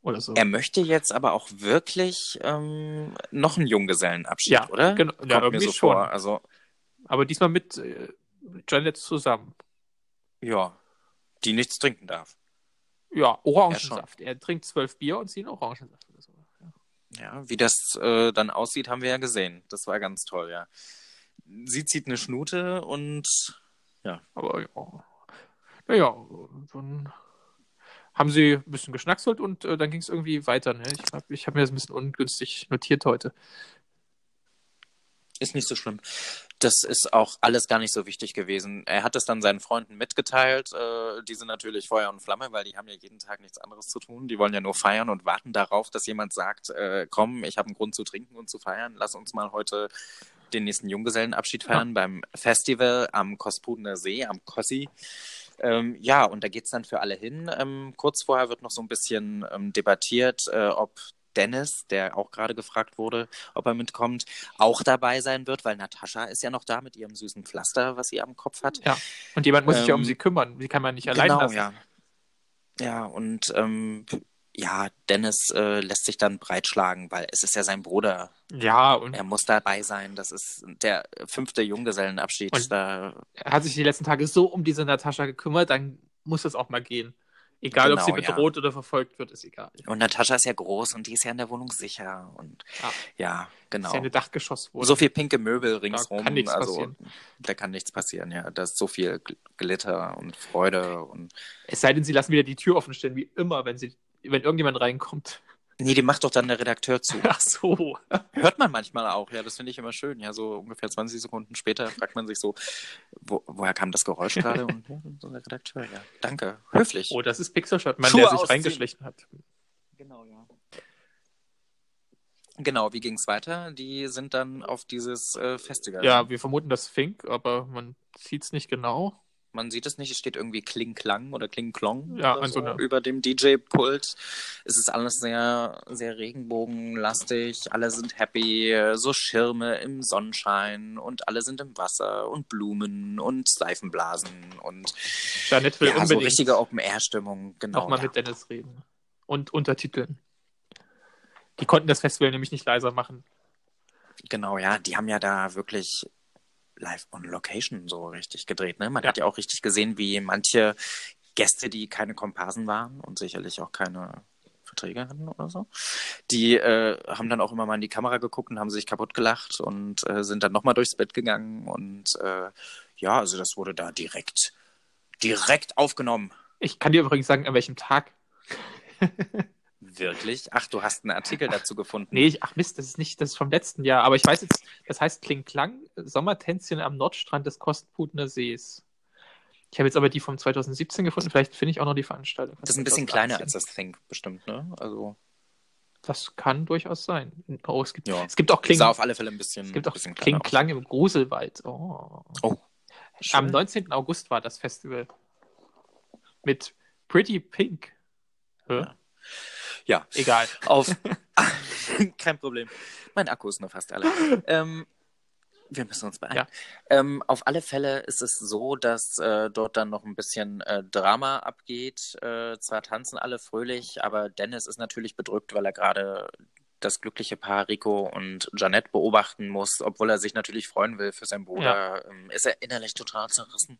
S1: oder so.
S2: Er möchte jetzt aber auch wirklich ähm, noch einen Junggesellenabschied,
S1: Ja,
S2: oder?
S1: genau. Ja,
S2: Kommt mir
S1: irgendwie
S2: so
S1: schon.
S2: vor. Also,
S1: Aber diesmal mit äh, Janet zusammen.
S2: ja, die nichts trinken darf.
S1: Ja, Orangensaft. er trinkt zwölf Bier und zieht einen Orangensaft. Oder so.
S2: Ja, wie das äh, dann aussieht, haben wir ja gesehen. Das war ganz toll, ja. Sie zieht eine Schnute und
S1: Aber ja. Naja, dann haben sie ein bisschen geschnackselt und äh, dann ging es irgendwie weiter. Ne? Ich habe ich hab mir das ein bisschen ungünstig notiert heute.
S2: ist nicht so schlimm. Das ist auch alles gar nicht so wichtig gewesen. Er hat es dann seinen Freunden mitgeteilt. Äh, die sind natürlich Feuer und Flamme, weil die haben ja jeden Tag nichts anderes zu tun. Die wollen ja nur feiern und warten darauf, dass jemand sagt, äh, komm, ich habe einen Grund zu trinken und zu feiern. Lass uns mal heute den nächsten Junggesellenabschied feiern beim Festival am Kospudener See, am Kossi. Ähm, ja, und da geht's dann für alle hin. Ähm, kurz vorher wird noch so ein bisschen ähm, debattiert, äh, ob Dennis, der auch gerade gefragt wurde, ob er mitkommt, auch dabei sein wird, weil Natascha ist ja noch da mit ihrem süßen Pflaster, was sie am Kopf hat.
S1: Und jemand muss sich ja um
S2: Ähm, genau,
S1: sie kümmern. Sie kann man nicht allein lassen.
S2: ja. Ja, und ähm, ja, Dennis äh, lässt sich dann breitschlagen, weil es ist ja sein Bruder.
S1: Ja, und
S2: Er muss dabei sein. Das ist der fünfte Junggesellenabschied.
S1: Und-
S2: da
S1: er hat sich die letzten Tage so um diese Natascha gekümmert, dann muss das auch mal gehen. Egal, ob
S2: Genau,
S1: sie bedroht oder verfolgt wird, ist egal.
S2: Und Natascha ist ja groß und die ist ja in der Wohnung sicher. Und
S1: Ah.
S2: ja,
S1: Genau.
S2: genau.
S1: Ist ja eine Dachgeschosswohnung.
S2: so viel pinke Möbel ringsrum.
S1: kann nichts
S2: also
S1: passieren.
S2: da kann nichts passieren, ja. Da ist so viel Gl- Glitter und Freude und.
S1: Es sei denn, sie lassen wieder die Tür offen stehen, wie immer, wenn sie, wenn irgendjemand reinkommt.
S2: Nee, die macht doch dann der Redakteur zu.
S1: Ach so.
S2: Hört man manchmal auch, ja, das finde ich immer schön. Ja, so ungefähr 20 Sekunden später fragt man sich so, wo, woher kam das Geräusch gerade? Und ja, so der Redakteur, ja. Danke. Höflich.
S1: Oh, das ist Pixel Mann,
S2: Schuhe
S1: der sich
S2: ausziehen.
S1: reingeschlichen hat.
S2: Genau, ja. Genau, wie ging es weiter? Die sind dann auf dieses äh, Festival.
S1: Ja, wir vermuten das Fink, aber man sieht es nicht genau.
S2: Man sieht es nicht, es steht irgendwie Kling-Klang oder Kling-Klong
S1: Ja,
S2: oder
S1: an so einer-
S2: über dem DJ-Pult. Es ist alles sehr, sehr regenbogenlastig, alle sind happy, so Schirme im Sonnenschein und alle sind im Wasser und Blumen und Seifenblasen und
S1: Janet will
S2: ja, so
S1: unbedingt
S2: richtige Open-Air-Stimmung, genau.
S1: nochmal
S2: ja.
S1: mit Dennis reden. Und untertiteln. Die konnten das Festival nämlich nicht leiser machen.
S2: Genau, ja, die haben ja da wirklich live on location so richtig gedreht. Ne? Man
S1: Ja.
S2: hat ja auch richtig gesehen, wie manche Gäste, die keine Komparsen waren und sicherlich auch keine Verträge hatten oder so, die äh, haben dann auch immer mal in die Kamera geguckt und haben sich kaputt gelacht und äh, sind dann nochmal durchs Bett gegangen. Und äh, ja, also das wurde da direkt, direkt aufgenommen.
S1: Ich kann dir übrigens sagen, an welchem Tag.
S2: Wirklich? Ach, du hast einen Artikel dazu gefunden.
S1: Nee, ich, ach Mist, das ist nicht, das ist vom letzten Jahr. Aber ich weiß jetzt, das heißt Kling Klang, Sommertänzchen am Nordstrand des Kostputener Sees. Ich habe jetzt aber die vom 2017 gefunden. Vielleicht finde ich auch noch die Veranstaltung. von
S2: Das ist ein bisschen kleiner
S1: 2018.
S2: als das Think bestimmt, ne? Also,
S1: Das kann durchaus sein. Oh, es gibt,
S2: ja.
S1: es gibt auch Kling,
S2: sah auf alle Fälle ein bisschen,
S1: es gibt auch
S2: bisschen
S1: Kling
S2: kleiner aus.
S1: Klang im Gruselwald. Oh.
S2: Oh.
S1: Am 19. August war das Festival. Mit Pretty Pink. Hä?
S2: Ja. Ja.
S1: Egal.
S2: Auf. Kein Problem. Mein Akku ist nur fast alle. Ähm, wir müssen uns beeilen.
S1: Ja.
S2: Ähm, auf alle Fälle ist es so, dass äh, dort dann noch ein bisschen äh, Drama abgeht. Äh, zwar tanzen alle fröhlich, aber Dennis ist natürlich bedrückt, weil er gerade das glückliche Paar Rico und Janette beobachten muss, obwohl er sich natürlich freuen will für seinen Bruder, ähm, ist er innerlich total zerrissen.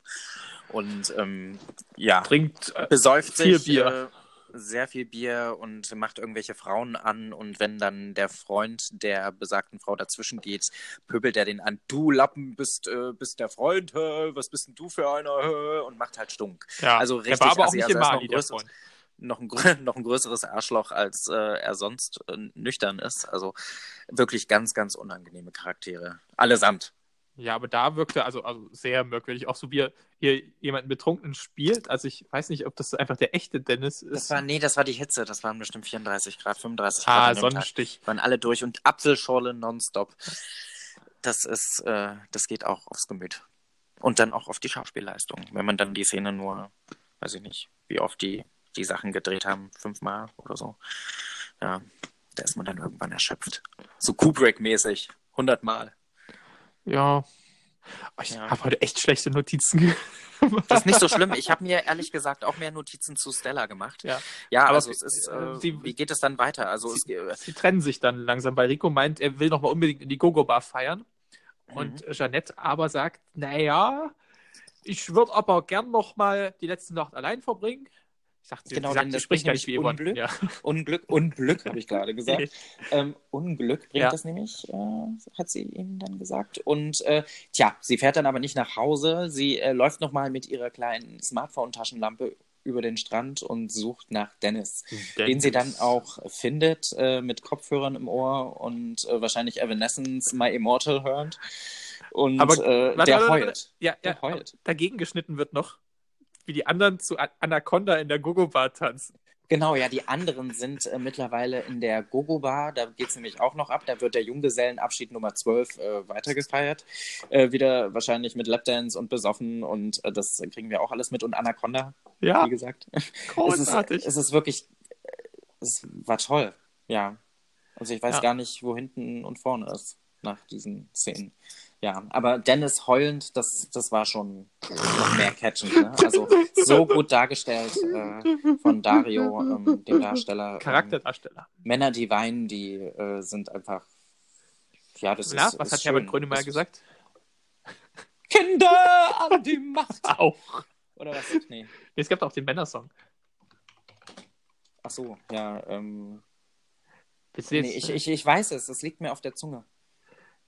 S2: Und ähm, ja
S1: Trinkt äh,
S2: besäuft
S1: Viel
S2: sich
S1: Bier.
S2: Äh, sehr viel Bier und macht irgendwelche Frauen an und wenn dann der Freund der besagten Frau dazwischen geht, pöbelt er den an, du Lappen bist, äh, bist der Freund, hä, was bist denn du für einer hä? und macht halt Stunk.
S1: ja.
S2: also
S1: er
S2: richtig
S1: war aber auch
S2: assi,
S1: nicht
S2: also
S1: im
S2: er ist noch
S1: Mali, der
S2: größer.
S1: Freund.
S2: Noch ein, grö- noch ein größeres Arschloch, als äh, er sonst äh, nüchtern ist. Also wirklich ganz, ganz unangenehme Charaktere. Allesamt.
S1: Ja, aber da wirkte also, also sehr merkwürdig, auch so wie er hier jemanden Betrunkenen spielt. Also ich weiß nicht, ob das einfach der echte Dennis
S2: Das
S1: ist.
S2: war, nee, das war die Hitze. Das waren bestimmt 34 Grad, 35 Grad.
S1: ah,
S2: an dem Tag.
S1: Sonnenstich.
S2: waren alle durch und Apfelschorle nonstop. Das ist, äh, das geht auch aufs Gemüt. Und dann auch auf die Schauspielleistung. Wenn man dann die Szene nur, weiß ich nicht, wie oft die die Sachen gedreht haben, fünfmal oder so. Ja, da ist man dann irgendwann erschöpft. So Kubrick-mäßig, hundertmal.
S1: Ja. Oh, Ich
S2: Ja.
S1: habe heute echt schlechte Notizen gemacht.
S2: Das ist nicht so schlimm. Ich habe mir ehrlich gesagt auch mehr Notizen zu Stella gemacht.
S1: Ja.
S2: ja
S1: Aber
S2: also es
S1: sie-
S2: ist, äh,
S1: sie-
S2: wie geht es dann weiter? Also es, äh,
S1: Sie trennen sich dann langsam, weil Rico meint, er will nochmal unbedingt in die Gogo-Bar feiern. Und
S2: Mhm.
S1: Jeannette aber sagt, naja, ich würde aber gern nochmal die letzte Nacht allein verbringen. Ich dachte, sie,
S2: Genau,
S1: genau, sagt,
S2: denn
S1: sie
S2: das
S1: spricht
S2: bringt
S1: gar nicht wie
S2: nämlich
S1: Yvonne.
S2: Unglück.
S1: Ja.
S2: Unglück, Unglück, habe ich gerade gesagt. ähm, Unglück bringt
S1: Ja.
S2: das nämlich, äh, hat sie ihm dann gesagt. Und äh, tja, sie fährt dann aber nicht nach Hause. Sie äh, läuft nochmal mit ihrer kleinen Smartphone-Taschenlampe über den Strand und sucht nach Dennis, den sie dann auch findet äh, mit Kopfhörern im Ohr und äh, wahrscheinlich Evanescence My Immortal hört. Und
S1: Aber-
S2: äh,
S1: warte,
S2: der
S1: warte, warte.
S2: heult.
S1: Ja, ja,
S2: Der heult.
S1: dagegen geschnitten wird noch, wie die anderen zu A- Anaconda in der Gogo-Bar tanzen.
S2: Genau, ja, die anderen sind äh, mittlerweile in der Gogo-Bar. Da geht es nämlich auch noch ab. Da wird der Junggesellenabschied Nummer 12 äh, weitergefeiert. Äh, wieder wahrscheinlich mit Lapdance und besoffen. Und äh, das kriegen wir auch alles mit. Und Anaconda,
S1: Ja,
S2: wie gesagt.
S1: großartig.
S2: Es ist, es ist wirklich, äh, es war toll. Ja. Also ich weiß
S1: Ja.
S2: gar nicht, wo hinten und vorne ist nach diesen Szenen. Ja, aber Dennis heulend, das, das war schon noch mehr catchend. Ne? Also so gut dargestellt äh, von Dario, ähm, dem Darsteller. Ähm,
S1: Charakterdarsteller.
S2: Männer, die weinen, die äh, sind einfach. Ja, das
S1: Na,
S2: ist.
S1: was
S2: ist
S1: hat Herbert
S2: schön.
S1: Grönemeyer
S2: Das-
S1: gesagt?
S2: Kinder an die Macht!
S1: Auch.
S2: Oder was? Nee.
S1: Es gab auch den Männersong.
S2: Ach so, ja. Ähm,
S1: Bist du
S2: nee,
S1: jetzt-
S2: ich, ich, ich weiß es, es liegt mir auf der Zunge.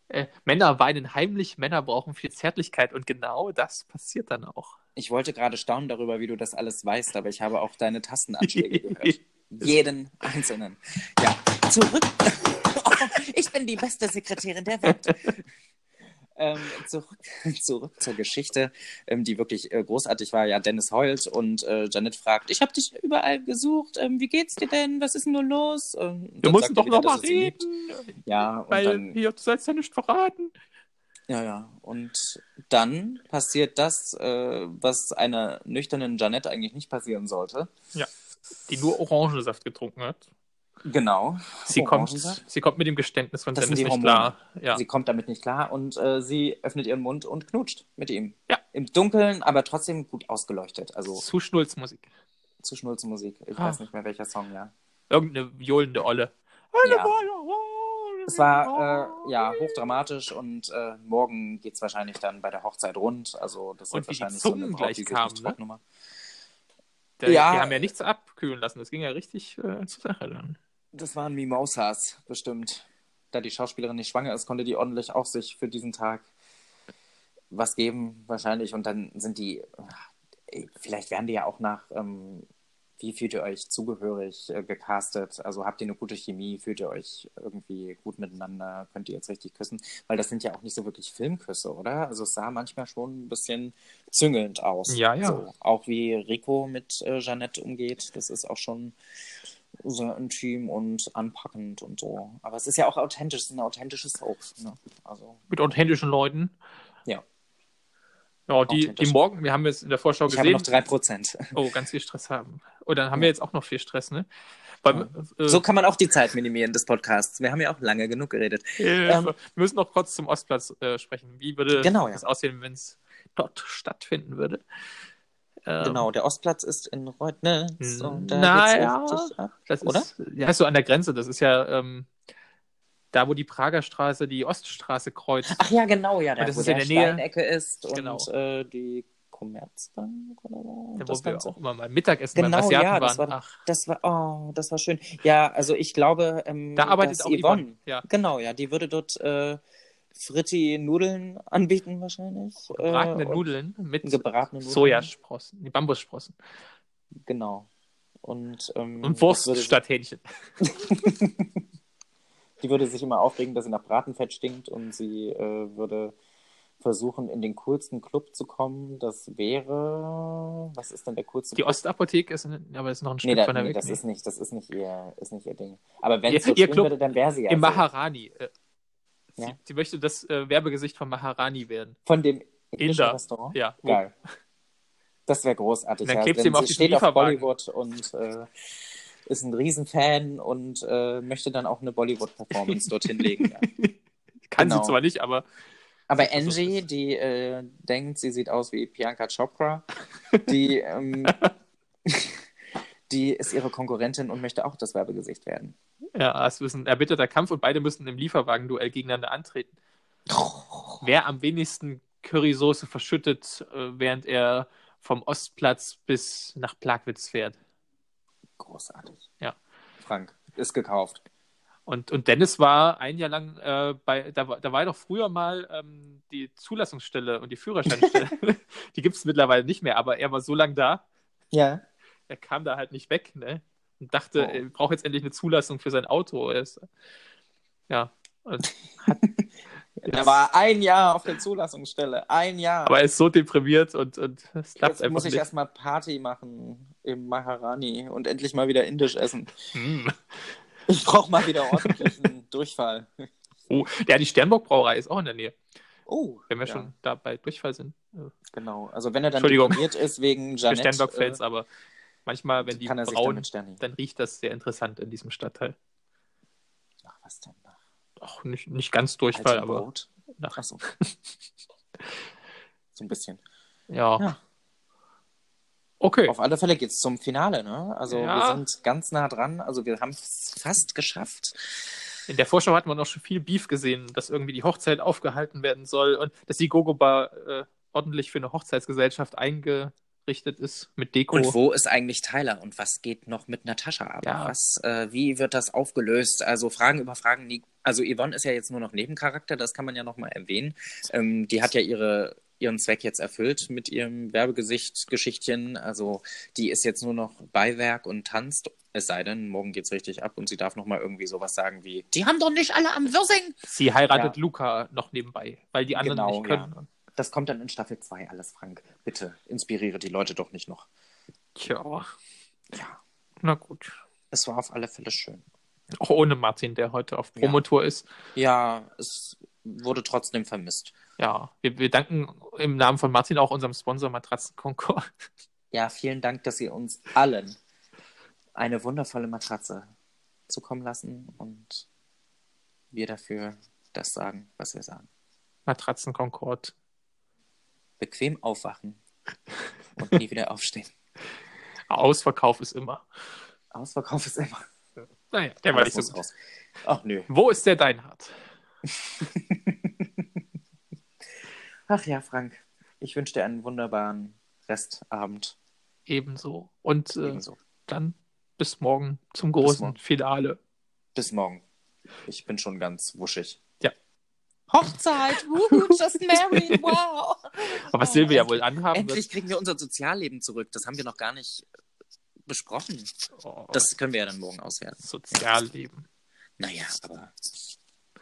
S1: Äh, Männer weinen heimlich, Männer brauchen viel Zärtlichkeit und genau das passiert dann auch.
S2: Ich wollte gerade staunen darüber, wie du das alles weißt, aber ich habe auch deine Tastenanschläge gehört. Jeden einzelnen. Ja,
S3: Zurück. ich bin die beste Sekretärin der Welt.
S2: ähm, zurück, zurück zur Geschichte, ähm, die wirklich äh, großartig war. Ja, Dennis heult und äh, Janet fragt, ich habe dich überall gesucht. Ähm, wie geht's dir denn? Was ist denn nur los? Ähm,
S1: Wir
S2: dann
S1: mussten
S2: sagt
S1: doch
S2: er wieder,
S1: noch mal
S2: dass er sie liebt.
S1: reden,
S2: Ja, und
S1: weil
S2: dann
S1: hier, du sollst ja nicht verraten.
S2: Ja, ja. Und dann passiert das, äh, was einer nüchternen Janette eigentlich nicht passieren sollte.
S1: Die nur Orangensaft getrunken hat.
S2: Genau.
S1: Sie, kommt,
S2: Orangensaft?
S1: sie kommt mit dem Geständnis von
S2: Das
S1: Dennis
S2: sind die
S1: nicht
S2: Hormone.
S1: klar. Ja.
S2: Sie kommt damit nicht klar und äh, sie öffnet ihren Mund und knutscht mit ihm.
S1: Ja.
S2: Im Dunkeln, aber trotzdem gut ausgeleuchtet. Also
S1: Zu Schnulzmusik.
S2: zu Schnulzenmusik. Ich
S1: Ah.
S2: weiß nicht mehr, welcher Song, ja.
S1: Irgendeine johlende Olle.
S2: Ja. Es war äh, ja hochdramatisch und äh, morgen geht es wahrscheinlich dann bei der Hochzeit rund. Also das
S1: Und
S2: wird
S1: wie die
S2: wahrscheinlich so eine
S1: Zungen
S2: Braut,
S1: gleich
S2: die sich
S1: kamen,
S2: nicht
S1: ne?
S2: traut, Nummer.
S1: Der,
S2: ja.
S1: Die haben ja nichts abkühlen lassen. Das ging ja richtig äh, zur Sache dann.
S2: Das waren Mimosas, bestimmt. Da die Schauspielerin nicht schwanger ist, konnte die ordentlich auch sich für diesen Tag was geben, wahrscheinlich. Und dann sind die, äh, vielleicht werden die ja auch nach, ähm, wie fühlt ihr euch zugehörig äh, gecastet? Also habt ihr eine gute Chemie? Fühlt ihr euch irgendwie gut miteinander? Könnt ihr jetzt richtig küssen? Weil das sind ja auch nicht so wirklich Filmküsse, oder? Also es sah manchmal schon ein bisschen züngelnd aus.
S1: Ja, ja.
S2: So, auch wie Rico mit äh, Jeanette umgeht, das ist auch schon sehr intim und anpackend und so. Aber es ist ja auch authentisch, es ist ein authentisches Soap. Ne? Also,
S1: Mit authentischen Leuten.
S2: Ja.
S1: Ja, die, die
S2: Authentisch.
S1: morgen, wir haben jetzt in der Vorschau
S2: ich habe
S1: gesehen,
S2: noch 3%.
S1: oh, ganz viel Stress haben. Und dann haben wir jetzt auch noch viel Stress, ne? Weil, äh,
S2: So kann man auch die Zeit minimieren des Podcasts. Wir haben ja auch lange genug geredet.
S1: Hilfe.
S2: Ähm,
S1: wir müssen noch kurz zum Ostplatz äh, sprechen. Wie würde
S2: Genau, ja.
S1: es aussehen, wenn es dort stattfinden würde? Ähm,
S2: Genau, der Ostplatz ist in Reutnitz
S1: Hm,
S2: und da
S1: naja.
S2: geht's richtig ab.
S1: Das
S2: Oder?
S1: ist, ja, das ist so an der Grenze. Das ist ja ähm, da, wo die Prager Straße die Oststraße kreuzt.
S2: Ach ja, genau, ja, da
S1: Und das
S2: wo
S1: ist in
S2: der
S1: der Nähe.
S2: Steinecke ist und
S1: Genau.
S2: äh, die Commerzbank oder so.
S1: da,
S2: das
S1: wo wir
S2: Ganze.
S1: auch immer mal Mittagessen beim
S2: Genau,
S1: Asiaten
S2: ja,
S1: waren.
S2: das war-
S1: Ach,
S2: Das war, oh, das war schön. Ja, also ich glaube, ähm,
S1: da arbeitet
S2: dass
S1: auch Yvonne. Ja.
S2: Genau, ja, die würde dort äh, Fritti-Nudeln anbieten wahrscheinlich.
S1: Gebratene
S2: äh, und-
S1: Nudeln mit
S2: gebratene Nudeln.
S1: Sojasprossen, nee, Bambussprossen
S2: Genau. Und, ähm,
S1: und
S2: das
S1: Wurst
S2: würde-
S1: statt Hähnchen.
S2: Die würde sich immer aufregen, dass sie nach Bratenfett stinkt und sie äh, würde versuchen, in den coolsten Club zu kommen. Das wäre. Was ist denn der coolste
S1: Die
S2: Club?
S1: Ostapotheke ist, aber ist noch ein Stück
S2: Nee, da,
S1: von der
S2: nee
S1: Weg.
S2: das
S1: nee.
S2: ist nicht, das ist nicht ihr, ist nicht ihr Ding. Aber wenn
S1: Ihr-
S2: es so
S1: ihr
S2: schön
S1: Club
S2: würde, dann wäre sie ja.
S1: Im
S2: so.
S1: Maharani. Äh, sie,
S2: Ja.
S1: sie möchte das äh, Werbegesicht von Maharani werden.
S2: Von dem indischen
S1: Inder.
S2: Restaurant.
S1: Ja.
S2: Geil. Das wäre großartig.
S1: Dann
S2: ja.
S1: klebst du
S2: Denn
S1: ihm auf
S2: sie
S1: diesen
S2: steht auf
S1: Lieferwagen.
S2: Bollywood und äh, ist ein Riesenfan und äh, möchte dann auch eine Bollywood-Performance dorthin legen. Ja.
S1: Kann
S2: Genau.
S1: sie zwar nicht, aber
S2: Aber Angie, die äh, denkt, sie sieht aus wie Priyanka Chopra, die, ähm, die ist ihre Konkurrentin und möchte auch das Werbegesicht werden.
S1: ja, es ist ein erbitterter Kampf und beide müssen im Lieferwagen-Duell gegeneinander antreten. Wer am wenigsten Currysoße verschüttet, äh, während er vom Ostplatz bis nach Plagwitz fährt.
S2: Großartig.
S1: Ja.
S2: Frank, ist gekauft.
S1: Und, und Dennis war ein Jahr lang äh, bei, da, war- da war doch früher mal ähm, die Zulassungsstelle und die Führerscheinstelle. die gibt es mittlerweile nicht mehr, aber er war so lange da,
S2: Ja.
S1: er kam da halt nicht weg, ne? Und dachte,
S2: Oh.
S1: er braucht jetzt endlich eine Zulassung für sein Auto. Er ist, ja. Und hat,
S2: Er war ein Jahr auf der Zulassungsstelle. Ein Jahr.
S1: aber er ist so deprimiert und, und es klappt
S2: Jetzt
S1: einfach
S2: muss ich
S1: nicht.
S2: erstmal Party machen im Maharani und endlich mal wieder indisch essen.
S1: Hm.
S2: Ich brauche mal wieder ordentlichen Durchfall.
S1: Oh, ja, die Sternburg-Brauerei ist auch in der Nähe,
S2: Oh,
S1: wenn wir
S2: ja,
S1: schon da bei Durchfall sind.
S2: Genau, also wenn er dann
S1: Entschuldigung.
S2: deprimiert ist wegen
S1: Für
S2: Janet,
S1: Sternburg fällt aber manchmal, wenn die
S2: äh, kann er sich
S1: brauen,
S2: damit sternigen.
S1: dann riecht das sehr interessant in diesem Stadtteil.
S2: Ach, was denn? Nach
S1: Auch nicht, nicht ganz Durchfall,
S2: altem
S1: aber
S2: Brot?
S1: nach,
S2: Ach so. so ein bisschen.
S1: ja.
S2: Ja.
S1: Okay.
S2: Auf alle Fälle geht es zum Finale, ne? Also
S1: Ja.
S2: wir sind ganz nah dran. Also wir haben es fast geschafft.
S1: In der Vorschau hatten wir noch schon viel Beef gesehen, dass irgendwie die Hochzeit aufgehalten werden soll und dass die Gogo-Bar äh, ordentlich für eine Hochzeitsgesellschaft eingerichtet ist mit Deko.
S2: Und wo ist eigentlich Tyler und was geht noch mit Natascha ab?
S1: Ja.
S2: Was, äh, wie wird das aufgelöst? Also Fragen über Fragen. die- Also Yvonne ist ja jetzt nur noch Nebencharakter, das kann man ja nochmal erwähnen. Ähm, die hat ja ihre, ihren Zweck jetzt erfüllt mit ihrem Werbegesicht-Geschichtchen. Also die ist jetzt nur noch Beiwerk und tanzt. Es sei denn, morgen geht's richtig ab und sie darf nochmal irgendwie sowas sagen wie, die haben doch nicht alle am Wirsing.
S1: Sie heiratet Luca noch nebenbei, weil die anderen
S2: Genau,
S1: nicht können.
S2: Das kommt dann in Staffel 2 alles, Frank. Bitte, inspiriere die Leute doch nicht noch.
S1: Tja.
S2: Ja.
S1: Na gut.
S2: Es war auf alle Fälle schön.
S1: Auch ohne Martin, der heute auf
S2: Ja.
S1: Promotour ist.
S2: Ja, es wurde trotzdem vermisst.
S1: Ja, wir, wir danken im Namen von Martin auch unserem Sponsor Matratzen Concord.
S2: Ja, vielen Dank, dass ihr uns allen eine wundervolle Matratze zukommen lassen und wir dafür das sagen, was wir sagen.
S1: Matratzen Concord.
S2: Bequem aufwachen und nie wieder aufstehen.
S1: Ausverkauf ist immer.
S2: Ausverkauf ist immer.
S1: Naja, der war
S2: Alles
S1: nicht so
S2: muss
S1: gut.
S2: raus. Ach nö.
S1: Wo ist der Deinhard?
S2: Ach ja, Frank. Ich wünsche dir einen wunderbaren Restabend.
S1: Ebenso. Und äh,
S2: Ebenso.
S1: dann bis morgen zum großen
S2: morgen.
S1: Finale.
S2: Bis morgen. Ich bin schon ganz wuschig.
S3: Hochzeit, wuhu, just married, wow.
S1: Aber was Silvia
S2: Oh, endlich-
S1: wohl anhaben
S2: Endlich kriegen wir unser Sozialleben zurück. Das haben wir noch gar nicht äh, besprochen.
S1: wird. Oh,
S2: Das können wir ja dann morgen auswerten.
S1: Sozialleben.
S2: Naja, aber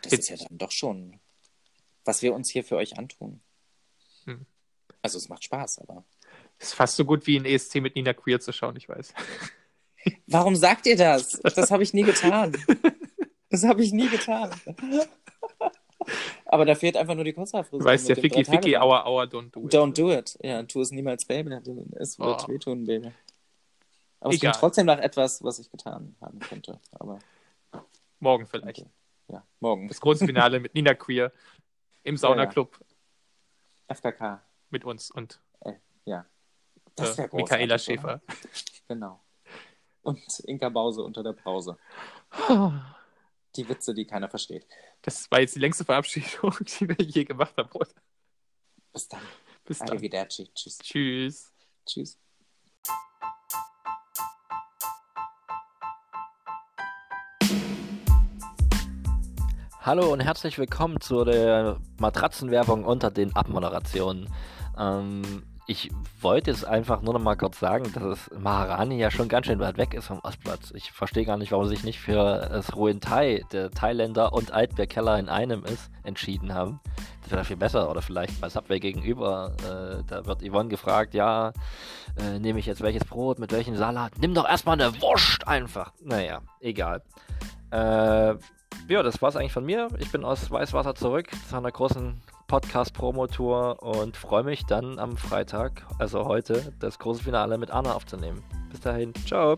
S2: das
S1: Jetzt-
S2: ist ja dann doch schon, was wir uns hier für euch antun.
S1: Hm.
S2: Also es macht Spaß, aber.
S1: Ist fast so gut wie ein ESC mit Nina Queer zu schauen, ich weiß.
S2: Also Warum sagt ihr das? Das habe ich nie getan. Das habe ich nie getan. Aber da fehlt einfach nur die Kurzhaarfrisur.
S1: Du weißt ja,
S2: mit dem
S1: Ficky, Ficky,
S2: Drei-Tage-Bart.
S1: aua, aua, don't do it.
S2: Don't do it. Ja, tu es niemals, Baby. Es wird
S1: Oh.
S2: wehtun, Baby. Aber es
S1: Egal.
S2: klingt trotzdem nach etwas, was ich getan haben könnte. Aber
S1: Morgen vielleicht.
S2: okay. ja, morgen.
S1: Das große Finale mit Nina Queer im Saunaclub
S2: FKK.
S1: mit uns und
S2: Das
S1: äh,
S2: wäre
S1: Michaela Schäfer.
S2: Genau. Und Inka Bause unter der Brause. Die Witze, die keiner versteht.
S1: Das war jetzt die längste Verabschiedung, die wir je gemacht haben. Bruder.
S2: Bis dann.
S1: Bis dann.
S2: Arrivederci. Tschüss.
S1: Tschüss.
S2: Tschüss.
S4: Hallo und herzlich willkommen zu der Matratzenwerbung unter den Abmoderationen. Ähm, ich wollte es einfach nur noch mal kurz sagen, dass es Maharani ja schon ganz schön weit weg ist vom Ostplatz. Ich verstehe gar nicht, warum sich nicht für das Ruin Thai, der Thailänder und Altbierkeller in einem ist, entschieden haben. Das wäre viel besser. Oder vielleicht bei Subway gegenüber, äh, da wird Yvonne gefragt, ja, äh, nehme ich jetzt welches Brot, mit welchem Salat? Nimm doch erstmal eine Wurst einfach. Naja, egal. Äh, ja, das war's eigentlich von mir. Ich bin aus Weißwasser zurück zu einer großen Podcast-Promo-Tour und freue mich dann am Freitag, also heute, das große Finale mit Anna aufzunehmen. Bis dahin, ciao.